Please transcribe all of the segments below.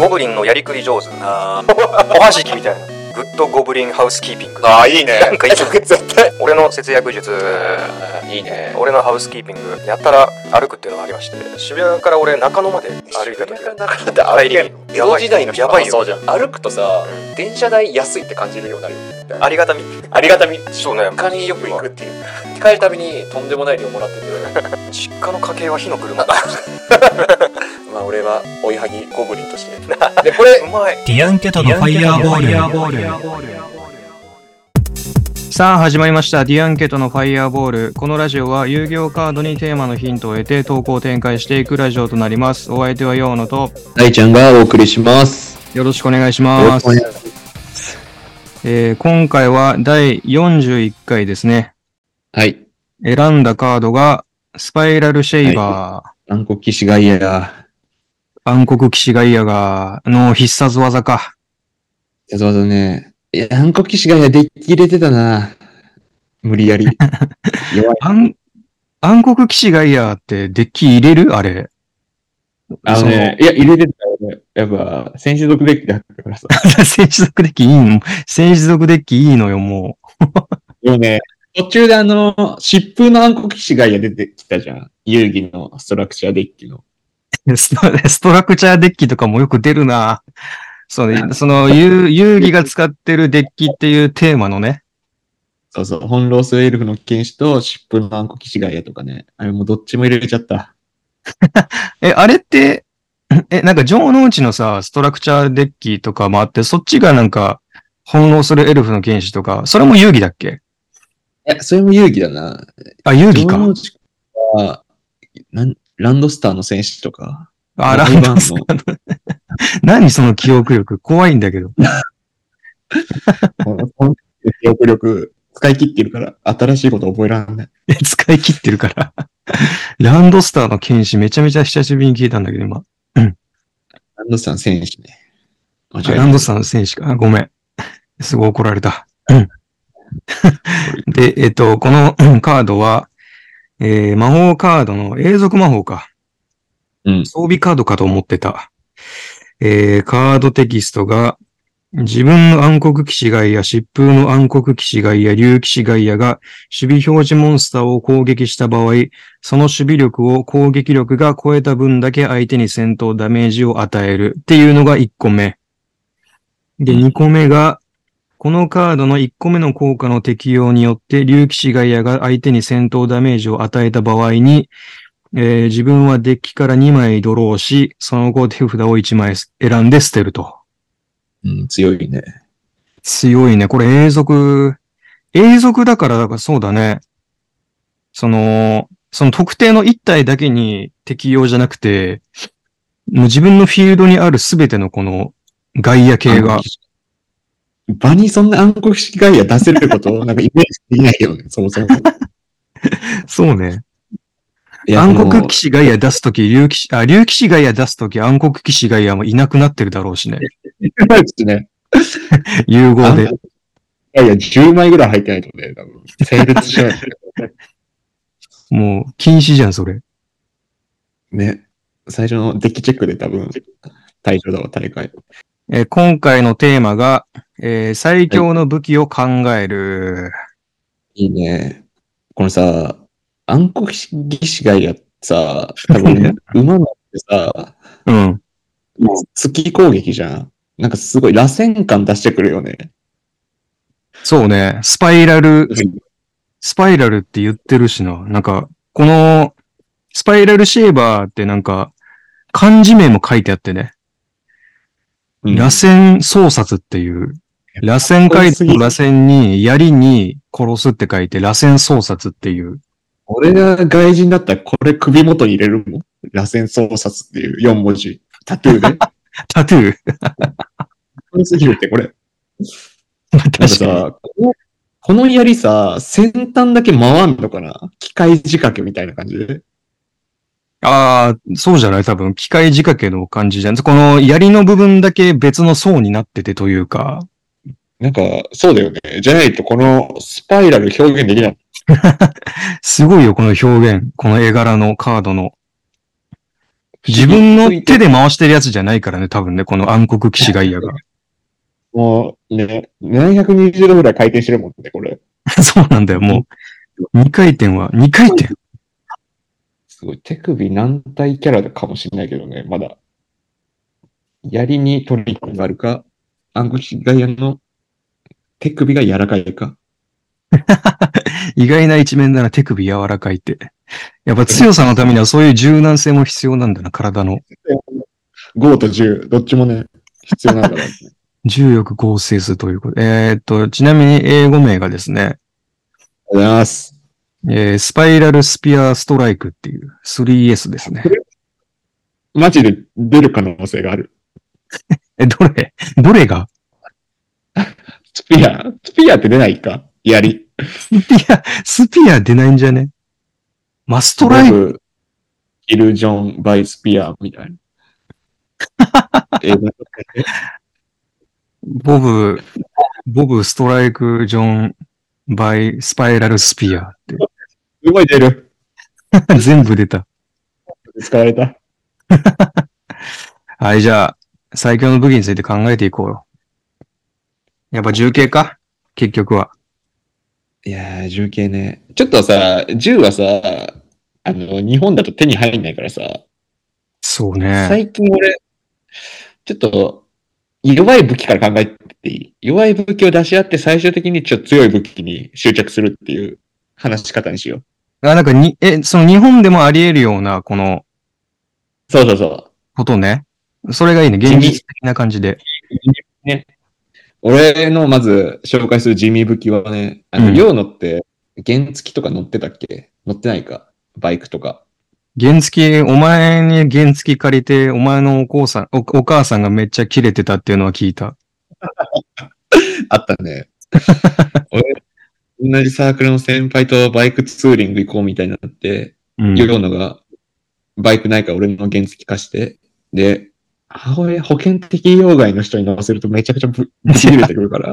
ゴブリンのやりくり上手。あおはじきみたいな。グッドゴブリンハウスキーピング。あーいいねなんかいいじゃ ん絶対俺の節約術。いいね俺のハウスキーピングやったら歩くっていうのがありまして渋谷から俺中野まで歩いた時渋谷から中野って歩いてんの帰り江戸時代の人やばいよそうじゃん歩くとさう電車代安いって感じるようになるよねありがたみありがたみそうね他によく行くっていう帰るたびにとんでもない量もらってて実家の家計は火の車だ まあ俺は追いはぎゴブリンとして でこれうまいディアンケトのファイヤーボール。さあ始まりました「ディアンケートのファイヤーボール」このラジオは遊戯王カードにテーマのヒントを得て投稿を展開していくラジオとなりますお相手はヨーノと大ちゃんがお送りします。よろしくお願いしよろましくお願いす、えー今回は第41回ですねはい。選んだカードがスパイラルシェイバ暗黒騎士ガイアが、ー、暗黒騎士ガイアがの必殺技かやつわざね、いや、暗黒騎士ガイアデッキ入れてたな。無理やり。弱い。暗暗黒騎士ガイアってデッキ入れるあれあのね、いや、入れてたよね。やっぱ、先週続デッキだったからさ。 戦士族デッキいいの戦士族デッキいいのよ、もでもね、途中であの、疾風の暗黒騎士ガイア出てきたじゃん。遊戯のストラクチャーデッキの。う。ストストラクチャーデッキとかもよく出るなそうね、その、遊遊戯が使ってるデッキっていうテーマのね。そうそう。本ロースウェルフの剣士と疾風の暗黒騎士ガイアとかね。あれもうどっちも入れちゃった。え、あれって、え、なんか、城之内のさ、ストラクチャーデッキとかもあって、そっちがなんか、翻弄するエルフの剣士とか、それも遊戯だっけいや、それも遊戯だな。あ、遊戯城か。之内はなんランドスターの戦士とか。あ、ララインバンドのスターの。何その記憶力怖いんだけど。このこの記憶力使い切ってるから、新しいこと覚えらんない。え使い切ってるから。ランドスターの剣士めちゃめちゃ久しぶりに聞いたんだけど、今。ランドスターの戦士ね。間違ランドスターの戦士か。あごめん。 すごい怒られた。 うんで、えっと、このうんカードは、えー魔法カードの永続魔法か。うん装備カードかと思ってた。えーカードテキストが、自分の暗黒騎士ガイア、疾風の暗黒騎士ガイア、竜騎士ガイアが守備表示モンスターを攻撃した場合、その守備力を攻撃力が超えた分だけ相手に戦闘ダメージを与えるっていうのが1個目。で、2個目が、このカードの1個目の効果の適用によって、竜騎士ガイアが相手に戦闘ダメージを与えた場合に、えー自分はデッキから2枚ドローし、その後手札を1枚選んで捨てると。うん、強いね。強いね。これ永続、永続だから、だからそうだね。その、その特定の1体だけに適用じゃなくて、もう自分のフィールドにあるすべてのこのガイア系が。。場にそんな暗黒式ガイア出せ ること、なんかイメージできないよね、そもそも。 そうね。いや暗そ黒の騎士ガイア出すとき、竜騎士、あ、竜騎士ガイア出すとき、暗黒騎士ガイアもいなくなってるだろうしね。ね。融合で。いやいや、10枚ぐらい入ってないとね、多分。成立しない。もう、禁止じゃん、それ。ね。最初のデッキチェックで多分、対象だわ、大会。えー今回のテーマが、えー最強の武器を考える。いいね。このさ、暗黒騎士ガイアってさ、多分、馬なんてさ、うん。月攻撃じゃん。なんかすごい螺旋感出してくるよね。そうね。スパイラル、スパイラルって言ってるしな。なんか、この、スパイラルシェーバーってなんか、漢字名も書いてあってね。うん螺旋創殺っていう、螺旋回かっこいいすぎとる螺旋に、槍に殺すって書いて、螺旋創殺っていう。俺が外人だったらこれ首元に入れるもん。螺旋操殺っていう4文字。タトゥーで。かっタトゥーこよすぎるってこれ。確なんかかに。さ、このこの槍さ、先端だけ回んのかな機械仕掛けみたいな感じで。ああ、そうじゃない多分、機械仕掛けの感じじゃん。この槍の部分だけ別の層になっててというか、なんか、そうだよね。じゃないとこのスパイラル表現できない。すごいよ、この表現。この絵柄のカードの。自分の手で回してるやつじゃないからね、多分ね、この暗黒騎士ガイ アが。もうね、720度ぐらい回転してるもんね、これ。そうなんだよ、もう。2回転は、2回転。すごい、手首軟体キャラかもしれないけどね、まだ。槍にトリックがあるか、暗黒騎ガイアの手首が柔らかいか。意外な一面だな、手首柔らかいって。やっぱ強さのためにはそういう柔軟性も必要なんだな、体の。 5と10、どっちもね、必要なんだろうね。重力合成数ということ。えーっと、ちなみに英語名がですね、ありがとうございます。えースパイラルスピアストライクっていう 3S ですね。マジで出る可能性がある。え、どれどれがスピア、スピアって出ないか槍。スピア、スピア出ないんじゃねマストライクク。イルジョン・バイ・スピアみ たいな。映画とかでボブ、ボブストライクジョン、バイ、スパイラルスピアって。すごい出る。全部出た。使われた。はい、じゃあ、最強の武器について考えていこうよ。やっぱ重慶か結局は。いやー、銃系ね。ちょっとさ、銃はさ、あの、日本だと手に入んないからさ、そうね。最近俺、ちょっと、弱い武器から考えていい弱い武器を出し合って最終的にちょっと強い武器に執着するっていう話し方にしよう。あ、なんかに、え、その日本でもあり得るような、この、そうそうそう。ことね。それがいいね。現実的な感じで。俺のまず紹介する地味武器はね、あうの、ん用のって原付とか乗ってたっけ乗ってないかバイクとか。原付き、お前に原付き借りて、お前のお父さんお、お母さんがめっちゃキレてたっていうのは聞いた。あったね。俺、同じサークルの先輩とバイクツーリング行こうみたいになって、うん。用のがバイクないから俺の原付貸して、で、母親保険適用外の人に乗せるとめちゃくちゃぶぶち切れてくるから。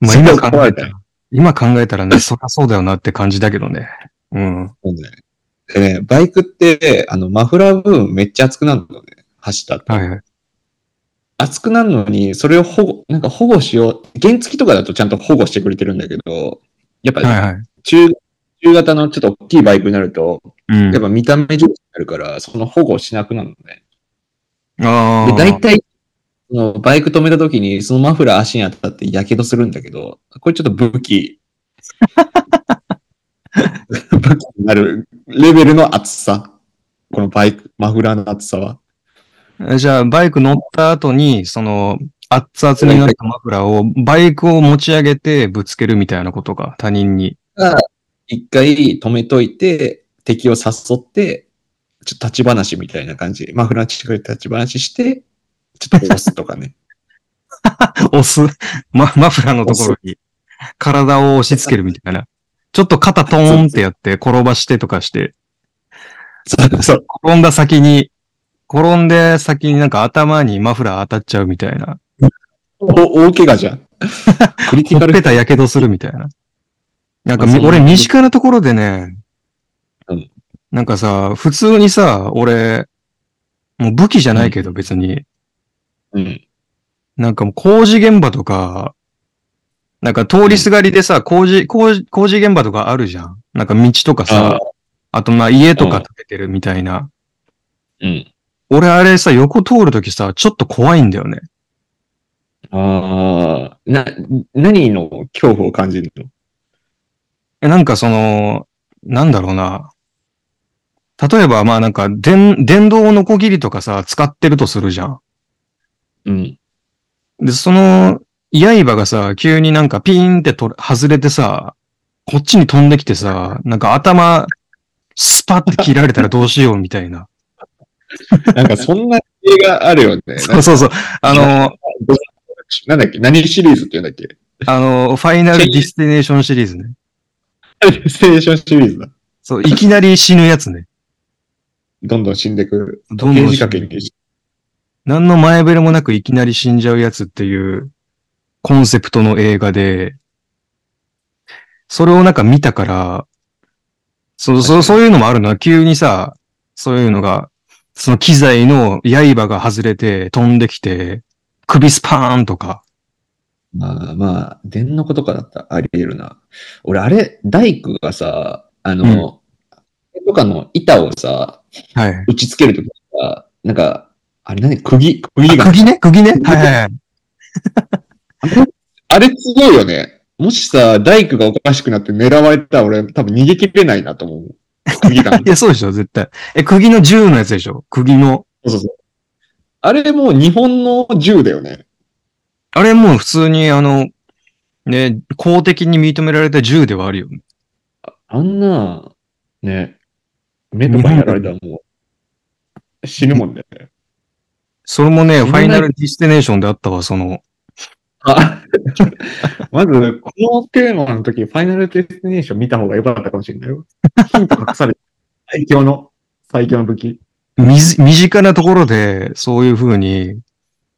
まあ今すごい考壊えれたたら、今考えたらね、そりゃそうだよなって感じだけどね。うん。そうね。でね、バイクって、あの、マフラー部分めっちゃ熱くなるのね。走った後はいはい。熱くなるのに、それを保護、なんか保護しよう。原付とかだとちゃんと保護してくれてるんだけど、やっはいぱはい。中、中型のちょっと大きいバイクになると、うんやっ。ぱ見た目重視になるから、その保護をしなくなるのね。あで、あ。大体、そのバイク止めた時に、そのマフラー足に当たって火傷するんだけど、これちょっと武器。 武器になるレベルの厚さ。このバイク、マフラーの厚さは。じゃあ、バイク乗った後に、その、熱々になったマフラーを、バイクを持ち上げてぶつけるみたいなことか、他人に。一回止めといて、敵を誘って、ちょっと立ち話みたいな感じ。マフラー近くで立ち話して、ちょっと押すとかね。 押す、 ま、マフラーのところに、体を押し付けるみたいな。ちょっと肩トーンってやって、転ばしてとかして、そうそう。転んだ先に、転んで先になんか頭にマフラー当たっちゃうみたいな。お大怪我 じゃん。クリテほィっカルぺ。たやけどするみたいな。なんかまあみ、そう俺、身近なところでね、うんなんかさ、普通にさ、俺、もう武器じゃないけど別に、うん。なんかもう工事現場とか、なんか通りすがりでさ、工事、工事、工事現場とかあるじゃん。なんか道とかさ、あとまあ家とか建ててるみたいな。うん。俺あれさ、横通るときさ、ちょっと怖いんだよね。ああ。な、何の恐怖を感じるのえなんかその、なんだろうな。例えばまあなんか、電、電動のこぎりとかさ、使ってるとするじゃん。うん。で、その、刃がさ、急になんかピーンってと外れてさ、こっちに飛んできてさ、なんか頭、スパって切られたらどうしようみたいな。なんかそんな映画あるよね。そうそうそう。あの、なんだっけ何シリーズって言うんだっけあの、ファイナルディスティネーションシリーズね。ステーションシリーズだ。そう、いきなり死ぬやつね。どんどん死んでくる。どんどん仕掛けに。何の前触れもなくいきなり死んじゃうやつっていうコンセプトの映画で、それをなんか見たから、そう、そう、そういうのもあるな。急にさ、そういうのがその機材の刃が外れて飛んできて、首スパーンとか。まあまあ、電の子とかだったらあり得るな。俺、あれ、大工がさ、あの、とかの板をさ、はい。打ち付けるときさ、なんか、あれ何釘、釘が。釘ね釘ねはいはいはい。あれすごいよね。もしさ、大工がおかしくなって狙われたら俺多分逃げ切れないなと思う。釘が。 い や、そうでしょ、絶対。え、釘の銃のやつでしょ釘の。そうそうそう。あれもう日本の銃だよね。あれもう普通に、あの、ね、公的に認められた銃ではあるよね。あんな、ね、目とかやられたらもう、死ぬもんね。それもね、そんフなァイナルディスティネーションであったわ、その、あ、 まず、このテーマの時、ファイナルデスティネーション見た方が良かったかもしれないよ。ヒント隠されて、最強の、最強の武器。みず身近なところで、そういうふうに、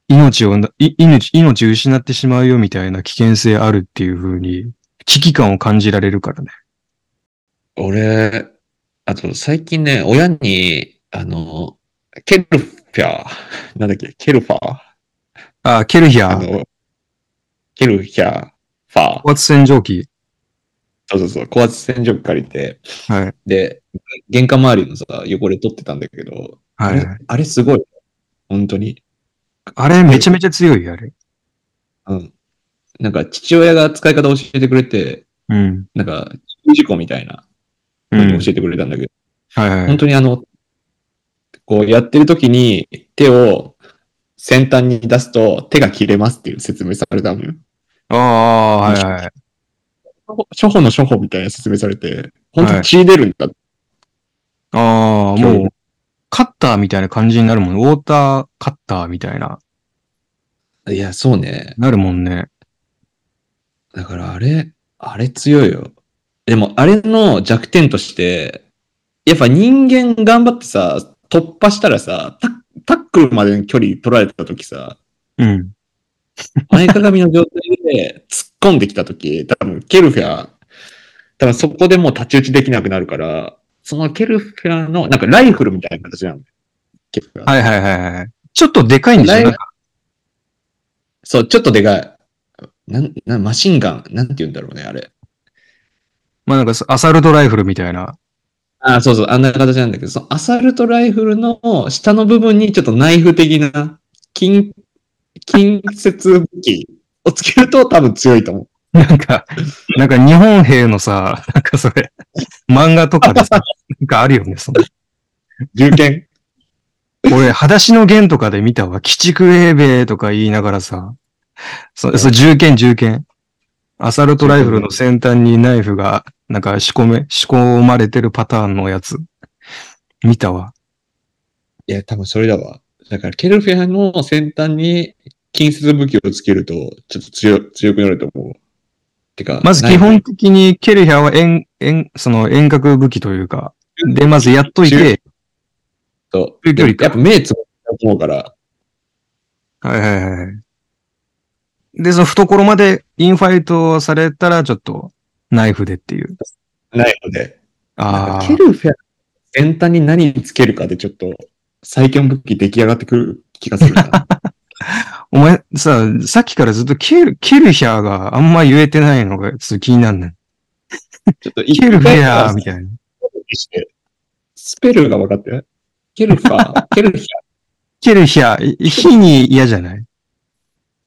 命をな、い命、命を失ってしまうよみたいな危険性あるっていうふうに、危機感を感じられるからね。俺、あと最近ね、親に、あの、ケルファー、 なんだっけ、ケルファーあ、ケルヒあア、の、ケルヒャー、ファー、高圧洗浄機。そうそうそう、高圧洗浄機借りて、はい。で、玄関周りのさ、汚れ取ってたんだけど、あはれい。あれすごい。本当に。あれ、めちゃめちゃ強いよ、あれ。うん。なんか、父親が使い方教えてくれて、うん。なんか、事故みたいなうのんに。教えてくれたんだけど、はいは本い。当にあの、こうやってる時に手を先端に出すと手が切れますっていう説明されたのよ。ああ、はいはい。初歩の初歩みたいな説明されて、本当はにい血出るんだってああ、今日もう、カッターみたいな感じになるもんね。ウォーターカッターみたいな、いや、そうね。なるもんね。だからあれ、あれ強いよ。でもあれの弱点として、やっぱ人間頑張ってさ、突破したらさ、タッタックルまでの距離取られた時さ、うん。前かがみの状態で突っ込んできた時、多分ケルフェア、多分そこでもう太刀打ちできなくなるから、そのケルフェアの、なんかライフルみたいな形なのよ。ケルフェア。はいはいはいはい。ちょっとでかいんですライよ。フなんかそう、ちょっとでかい。なん、なん、マシンガン、なんて言うんだろうね、あれ。まあなんかそ、アサルトライフルみたいな。あそうそう、あんな形なんだけど、そのアサルトライフルの下の部分にちょっとナイフ的な近、近接武器をつけると多分強いと思う。なんか、なんか日本兵のさ、なんかそれ、漫画とかでさ、なんかあるよね、その。銃剣。俺、裸足の弦とかで見たわ。鬼畜英米とか言いながらさ、そ、そう、銃剣、銃剣。アサルトライフルの先端にナイフが、なんか仕込め、仕込まれてるパターンのやつ。見たわ。いや、多分それだわ。だから、ケルフェアの先端に近接武器をつけると、ちょっと強い、強くなると思う。てか、まずナイ基フ本的にケルヒャーは遠、遠、その遠隔武器というか、で、まずやっといて、と、中距離かやっぱ目つぶったと思うから、はいはいはいはい。で、その懐までインファイトされたら、ちょっと、ナイフでっていう。ナイフで。あなんかケルフェアの先端に何つけるかでちょっと、最強武器出来上がってくる気がするな。あ、お前さ、さっきからずっとケル、ケルヒャーがあんま言えてないのが、ちょっと気になんない。ちょっとケルフェアーみいたいな。な。スペルが分かってないケルファー、ケルフィケルヒャー、い火に嫌じゃないア、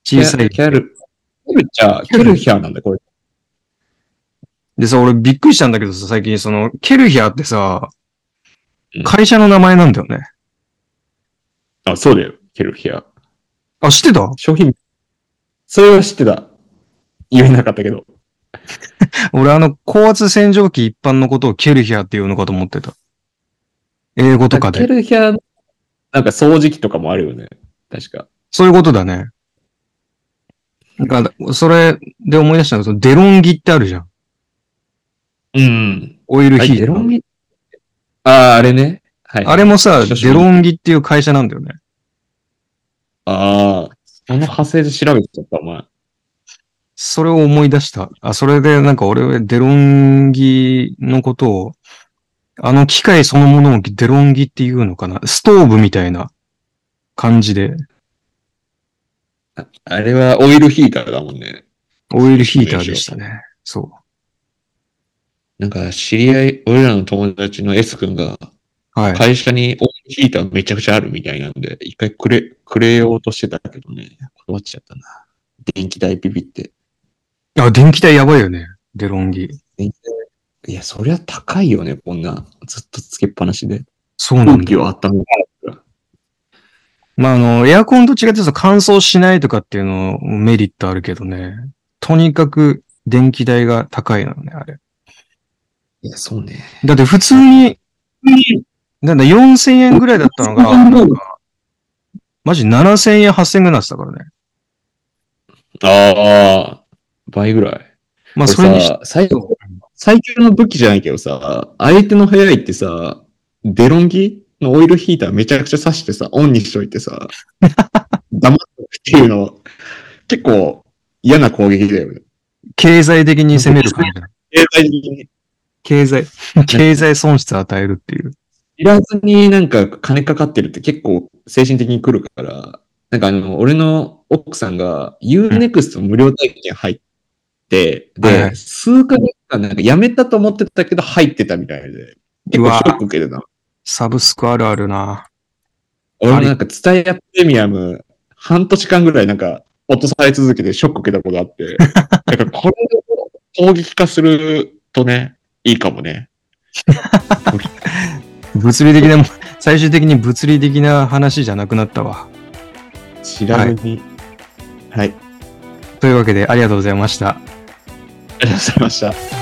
小さい。ケル、ケルチャー、ケルフィアなんだ、これ。でさ、俺びっくりしたんだけどさ、最近その、ケルヒャーってさうん、会社の名前なんだよね。あ、そうだよ。ケルフィア。あ、知ってた商品。それは知ってた。言えなかったけど。俺あの、高圧洗浄機一般のことをケルヒャーっていうのかと思ってた。英語とかケで。ルフィア、なんか掃除機とかもあるよね。確か。そういうことだね。なんか、それで思い出したのが、そのデロンギってあるじゃん。うん。オイルあれヒーターデロンギああ、あれね。はい。あれもさ、初心デロンギっていう会社なんだよね。ああ、その派生で調べちゃった、お前。それを思い出した。あ、それでなんか俺、デロンギのことを、あの機械そのものをデロンギっていうのかなストーブみたいな感じで、ああれはオイルヒーターだもんね。オイルヒーターでしたね。そなんか、知り合い、俺らの友達の S 君が、う。はい。会社にオイルヒーターめちゃくちゃあるみたいなんで、一回くれ、くれようとしてたけどね、断っちゃったな。電気代ビビって。あ、電気代やばいよね。デロンギ。電気代いや、そりゃ高いよね、こんな。ずっとつけっぱなしで。そうな空んだ気。を温めるから。まあ、あの、エアコンと違ってその乾燥しないとかっていうのメリットあるけどね。とにかく電気代が高いのね、あれ。いや、そうね。だって普通に、なんだ4000円ぐらいだったのが、 なんかマジ7000円、8000円ぐらいになってたからね。ああ、倍ぐらい。まあ、こそれにしさ、最後、最強の武器じゃないけどさ、相手の部屋行ってさ、デロンギのオイルヒーターめちゃくちゃ刺してさ、オンにしとい てさ、黙っとくっていうの、結構嫌な攻撃だよね。経済的に攻める感じだ。経済的に。経 済、経済損失与えるっていう。いらずになんか金かかってるって結構精神的に来るから、なんかあの、俺の奥さんが UNEXT 無料体験入って、はいはで、い数ヶ月間なんかやめたと思ってたけど入ってたみたいで、う結構わショック受けてた。サブスクあるあるな。俺もなんか、ツタヤプレミアム、半年間ぐらいなんか、落とされ続けてショック受けたことあ って、なんかこれを攻撃化するとね、いいかもね。物理的な、最終的に物理的な話じゃなくなったわ。知らずに。はい。というわけで、ありがとうございました。ありがとうございました。